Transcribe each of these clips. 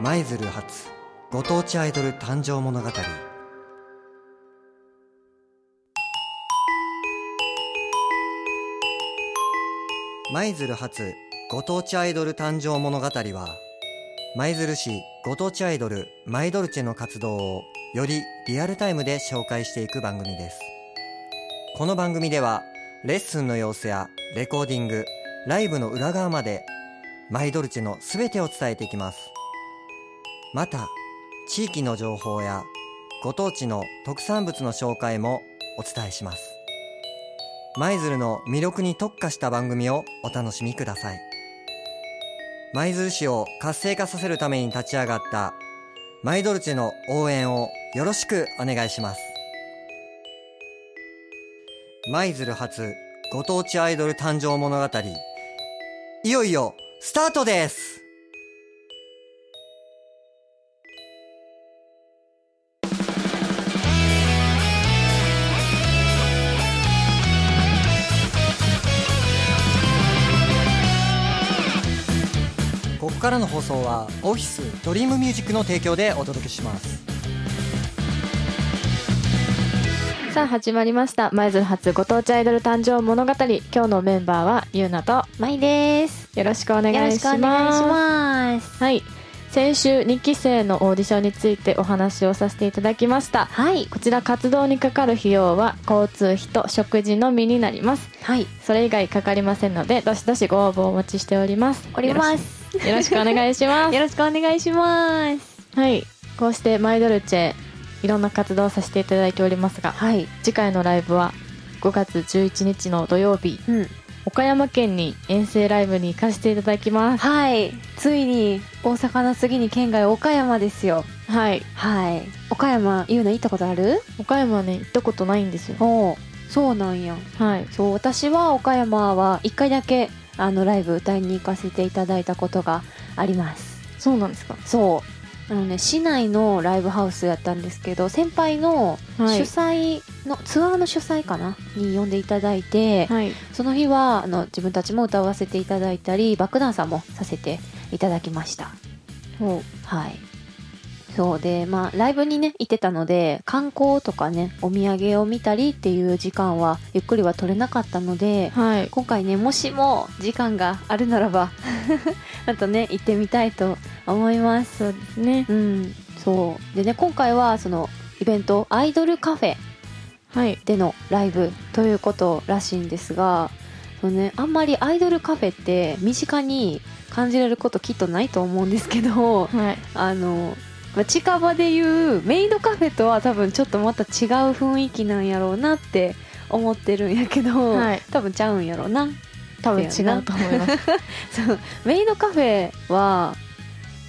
舞鶴発ご当地アイドル誕生物語舞鶴発ご当地アイドル誕生物語は舞鶴市ご当地アイドルマイドルチェの活動をよりリアルタイムで紹介していく番組ですこの番組ではレッスンの様子やレコーディングライブの裏側までマイドルチェのすべてを伝えていきますまた地域の情報やご当地の特産物の紹介もお伝えします舞鶴の魅力に特化した番組をお楽しみください舞鶴市を活性化させるために立ち上がったマイドルチェの応援をよろしくお願いします舞鶴発ご当地アイドル誕生物語いよいよスタートですここからの放送はオフィスドリームミュージックの提供でお届けしますさあ始まりました舞鶴発ご当地アイドル誕生物語今日のメンバーはゆうなとまいです。よろしくお願よろいししくお願いしまます。すはい先週2期生のオーディションについてお話をさせていただきましたはい。こちら活動にかかる費用は交通費と食事のみになりますはい。それ以外かかりませんのでどしどしご応募をお待ちしておりますおります。よろしよろしくお願いし ますよろしくお願いします。はいこうしてマイドルチェいろんな活動をさせていただいておりますがはい。次回のライブは5月11日の土曜日うん。岡山県に遠征ライブに行かせていただきますはい。ついに大阪の次に県外岡山ですよ。はいはい。岡山、ゆうな行ったことある？岡山はね行ったことないんですよおお。そうなんや。はいそう私は岡山は一回だけあのライブ歌いに行かせていただいたことがあります。そうなんですかそう。あのね市内のライブハウスやったんですけど先輩のはい主催の、ツアーの主催かなに呼んでいただいて、はいその日はあの自分たちも歌わせていただいたりバックダンサーもさせていただきましたおはいそうでまあライブにね行ってたので観光とかねお土産を見たりっていう時間はゆっくりは取れなかったのではい今回ねもしも時間があるならば あとね行ってみたいと思いますそうですねうんそうでね今回はそのイベントアイドルカフェはいでのライブということらしいんですがそう、ね、あんまりアイドルカフェって身近に感じられることきっとないと思うんですけど はいあの、まあ近場でいうメイドカフェとは多分ちょっとまた違う雰囲気なんやろうなって思ってるんやけど、はい多分ちゃうんやろうな 多分違うと思いますそうメイドカフェは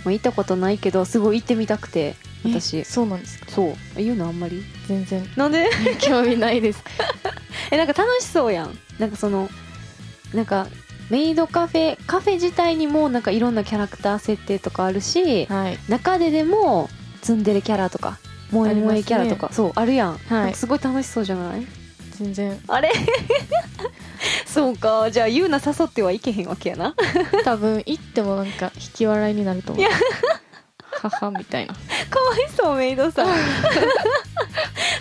もう行ったことないけどすごい行ってみたくて え私そうなんですかそう言うのあんまり全然なんで興味ないですえなんか楽しそうやんなんかそのなんかメイドカフェカフェ自体にもなんかいろんなキャラクター設定とかあるし はい中ででもツンデレキャラとか萌え萌えキャラとか、そうあるやん,、なんかすごい楽しそうじゃない全然あれ そうかじゃあゆうな誘ってはいけへんわけやな多分行ってもなんか引き笑いになると思う いや母みたいなかわいそうメイドさん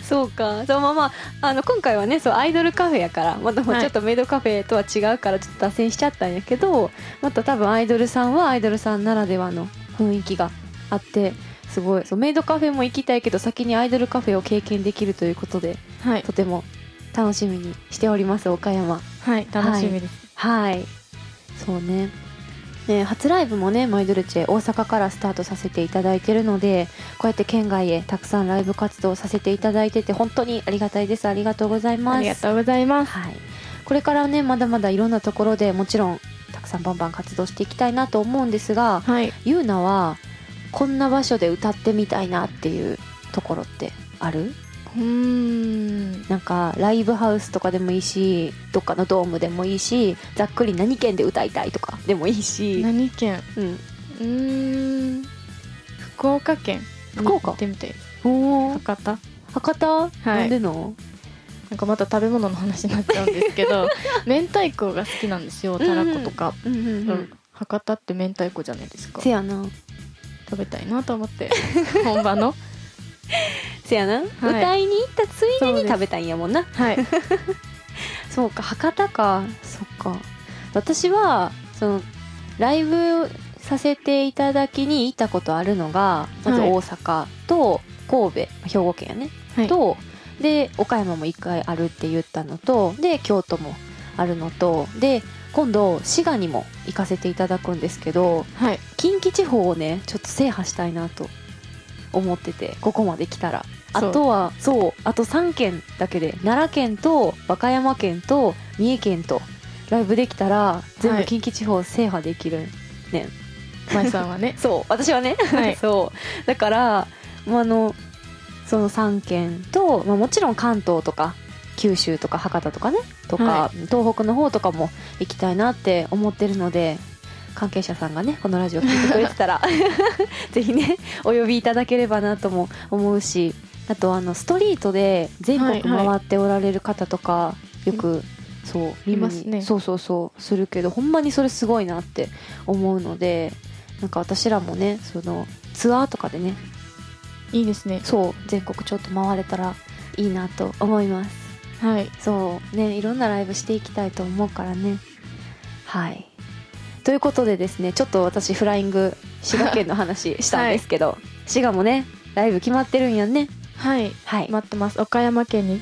そうかそうまあまああの今回はねそうアイドルカフェやからまたもうはいちょっとメイドカフェとは違うからちょっと脱線しちゃったんやけどもっと多分アイドルさんはアイドルさんならではの雰囲気があってすごいそうメイドカフェも行きたいけど先にアイドルカフェを経験できるということではいとても楽しみにしております岡山はい楽しみですはいそうねね初ライブもねマイドルチェ大阪からスタートさせていただいてるのでこうやって県外へたくさんライブ活動させていただいてて本当にありがたいですありがとうございますありがとうございますはい、これからねまだまだいろんなところでもちろんたくさんバンバン活動していきたいなと思うんですがはいゆうなはこんな場所で歌ってみたいなっていうところってあるうーんなんかライブハウスとかでもいいしどっかのドームでもいいしざっくり何県で歌いたいとか でもいいし、何県うん、うーん福岡県福岡行ってみたいですおー博多博多、いなんでのなんかまた食べ物の話になっちゃうんですけ ど明太子が好きなんですよたらことか、うんうんうん博多って明太子じゃないですかせやな食べたいなと思って 本場のせやな、はい歌いに行ったついでそうでにす食べたんやもんなはいそうか博多かそっか私はそのライブさせていただきに行ったことあるのがまずはい大阪と神戸兵庫県やね、はいとで岡山も1回あるって言ったのとで京都もあるのとで今度滋賀にも行かせていただくんですけどはい近畿地方をねちょっと制覇したいなと思っててここまで来たらあとはそうあと3県だけで奈良県と和歌山県と三重県とライブできたら全は部い近畿地方制覇できる、舞さんはね そう私はね、はい そうだから、まあ、あのその3県と、まあ、もちろん関東とか九州とか博多とかねとか、は東北の方とかも行きたいなって思ってるので関係者さんがねこのラジオ聞いてくれてたら ぜひねお呼びいただければなとも思うしあとあのストリートで全国はいは回っておられる方とか、よくそうい耳にますねそうそうそうするけどほんまにそれすごいなって思うのでなんか私らもねそのツアーとかでねいいですねそう全国ちょっと回れたらいいなと思いますはいそうねいろんなライブしていきたいと思うからねはいということでですねちょっと私フライング滋賀県の話したんですけど、滋賀もねライブ決まってるんやんねはいはい、待ってます岡山県に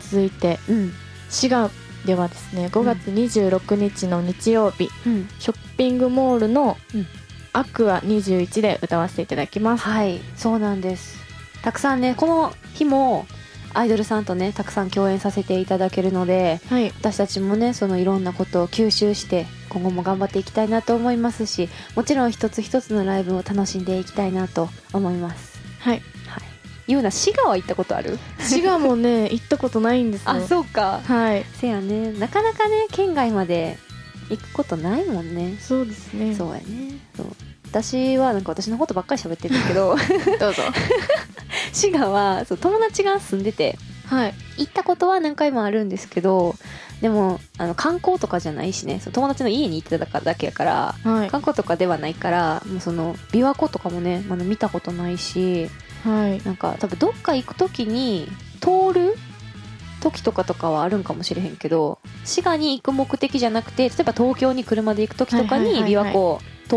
続いてうん滋賀ではですね5月26日の日曜日、うんショッピングモールのうん「アクア21」で歌わせていただきますはいそうなんですたくさんねこの日もアイドルさんとねたくさん共演させていただけるのではい私たちもねそのいろんなことを吸収して今後も頑張っていきたいなと思いますしもちろん一つ一つのライブを楽しんでいきたいなと思いますはいはいゆうな滋賀は行ったことある滋賀も ね行ったことないんですよあそうかはいせやねなかなかね県外まで行くことないもんねそうですねそうやねそう私はなんか私のことばっかり喋ってるんだけどどうぞ滋賀はそう友達が住んでてはい行ったことは何回もあるんですけどでもあの観光とかじゃないしねその友達の家に行ってただけやからはい観光とかではないからもうその琵琶湖とかもねまだ見たことないしはいなんか多分どっか行く時に通る時とかとかはあるんかもしれへんけど滋賀に行く目的じゃなくて例えば東京に車で行く時とかはいにはいはい琵はい琶湖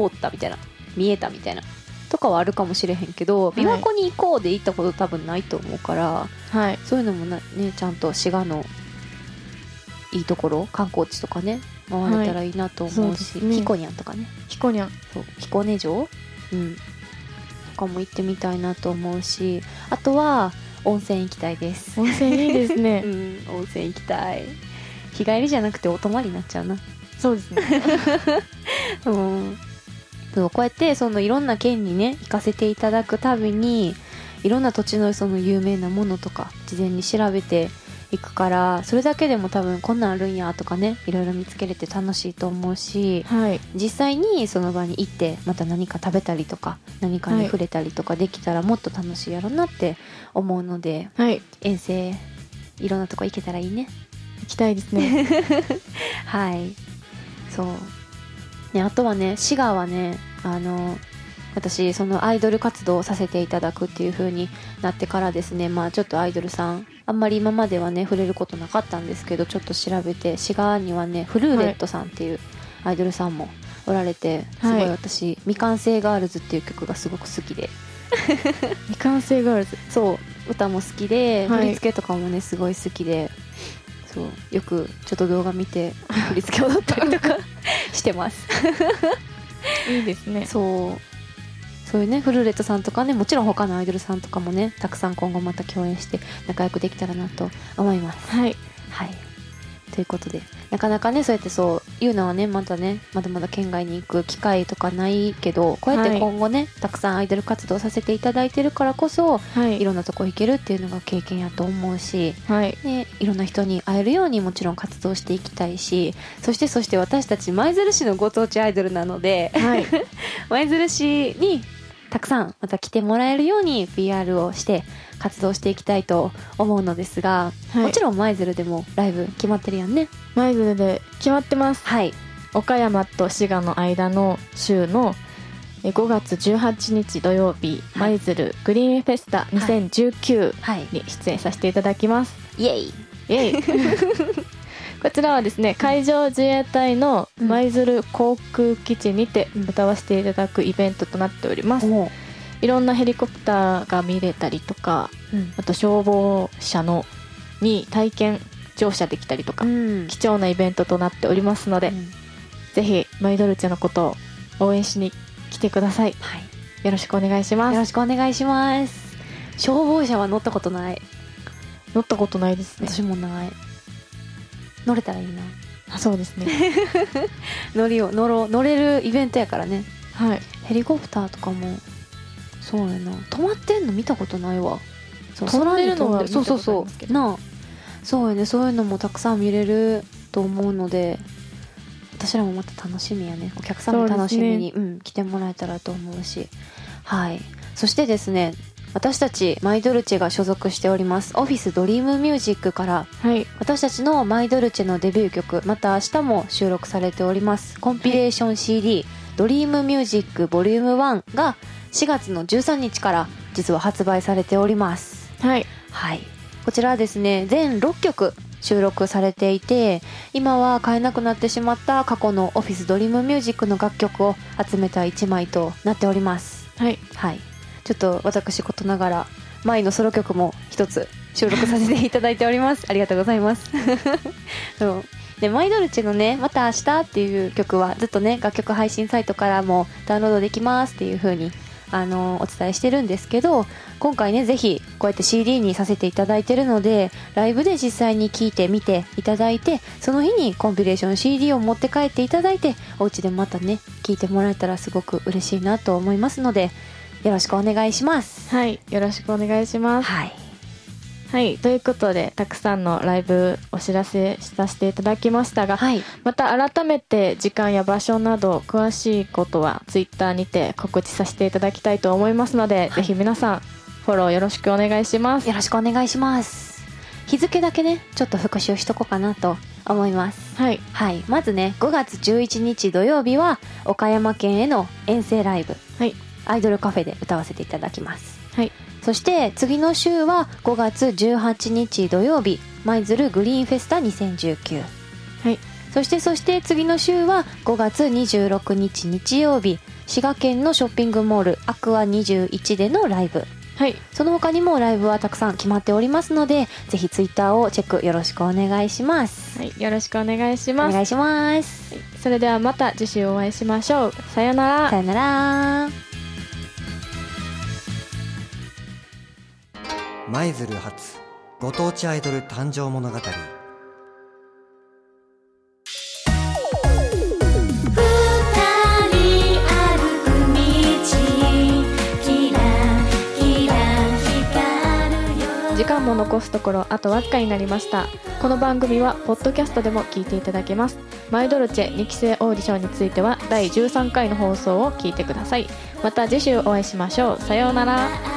を通ったみたいな見えたみたいなとかはあるかもしれへんけど琵琶湖に行こうで行ったこと多分ないと思うからはいそういうのもなねちゃんと滋賀のいいところ観光地とかね回れたらいいなと思うし、はいそうですねひこにゃんとかねひこにゃんそう彦根城、うん、とかも行ってみたいなと思うしあとは温泉行きたいです、温泉いいですねうん、温泉行きたい日帰りじゃなくてお泊まりになっちゃうな そうですねうんそうこうやってそのいろんな県にね行かせていただくたびにいろんな土地のその有名なものとか事前に調べていくからそれだけでも多分こんなんあるんやとかねいろいろ見つけれて楽しいと思うしはい実際にその場に行ってまた何か食べたりとか何かに触れたりとかできたらもっと楽しいやろなって思うのではい遠征いろんなとこ行けたらいいね行きたいです ねはいそう、ね、あとはね滋賀はねあの私そのアイドル活動をさせていただくっていう風になってからですねまあちょっとアイドルさんあんまり今まではね触れることなかったんですけどちょっと調べて滋賀にはねフルーレットさんっていうアイドルさんもおられて、はいすごい私「未完成ガールズ」っていう曲がすごく好きで未完成ガールズそう歌も好きで、はい振り付けとかもねすごい好きでそうよくちょっと動画 見て振り付け踊ったりとか してますいいですねそうそういうねフルーレットさんとかねもちろん他のアイドルさんとかもねたくさん今後また共演して仲良くできたらなと思いますはいはいということでなかなかねそうやってそうゆうなはねまだねまだまだ県外に行く機会とかないけどこうやっはてい今後ね、たくさんアイドル活動させていただいてるからこそはいいろんなとこ行けるっていうのが経験やと思うし、はいね、いろんな人に会えるようにもちろん活動していきたいしそしてそして私たち舞鶴市のご当地アイドルなので はい舞鶴市にたくさんまた来てもらえるように PR をして活動していきたいと思うのですが、はもいちろん舞鶴でもライブ決まってるやんね舞鶴で決まってますはい岡山と滋賀の間の州の、ええー5月18日土曜日舞鶴グリーンフェスタ2019はいに出演させていただきますイエイイ エイこちらはですね海上自衛隊の舞鶴航空基地にてうん歌わせていただくイベントとなっております、おういろんなヘリコプターが見れたりとかうんあと消防車のに体験乗車できたりとか、うん貴重なイベントとなっておりますので、うんぜひマイドルチェのことを応援しに来てくださいはいよろしくお願いしまよろすしくお願いします消防車は乗ったことない乗ったことないですね私もない乗れたらいいなあそうです ね乗りを乗ろう乗れるイベントやからねはいヘリコプターとかもそうやな止まってんの見たことないわそう飛んでるのは空に飛んでそうそう見たことありますそけうどなあそうやねそういうのもたくさん見れると思うので私らもまた楽しみやねお客さんも楽しみにう、ん、来てもらえたらと思うしはいそしてですね私たちマイドルチェが所属しておりますオフィスドリームミュージックからはい私たちのマイドルチェのデビュー曲また明日も収録されておりますコンピレーション CD「ドリームミュージックボリューム1が4月の13日から実は発売されておりますはいはいこちらはですね全6曲収録されていて今は買えなくなってしまった過去のオフィスドリームミュージックの楽曲を集めた1枚となっておりますはいはい、ちょっと私ことながら前のソロ曲も一つ収録させていただいております ありがとうございますそうでマイドルチェのね「また明日」っていう曲はずっとね楽曲配信サイトからもダウンロードできますっていう風にあのお伝えしてるんですけど今回ねぜひこうやって CD にさせていただいてるのでライブで実際に聴いてみていただいてその日にコンピレーション CD を持って帰っていただいてお家でまたね聴いてもらえたらすごく嬉しいなと思いますのでよろしくお願いします。はいよろしくお願いしますはい。はいということでたくさんのライブお知らせさせていただきましたがはい。また改めて時間や場所など詳しいことはツイッターにて告知させていただきたいと思いますので、いぜひ皆さんフォローよろしくお願いしますよろしくお願いします。日付だけね、ちょっと復習しとこうかなと思います。はいはい。まずね、5月11日土曜日は、岡山県への遠征ライブ。はいアイドルカフェで歌わせていただきます。はいそして、次の週は、5月18日土曜日、舞鶴グリーンフェスタ2019。はいそしてそして次の週は5月26日日曜日滋賀県のショッピングモールアクア21でのライブはいその他にもライブはたくさん決まっておりますのでぜひツイッターをチェックよろしくお願いします、はい、よろしくお願いしまおす願いしますそれではまた次週お会いしましょうさようならさよなら舞鶴発ご当地アイドル誕生物語二人歩く道キラキラ光るよ時間も残すところあとわずかになりましたこの番組はポッドキャストでも聞いていただけますマイドルチェ2期生オーディションについては第13回の放送を聞いてくださいまた次週お会いしましょうさようなら「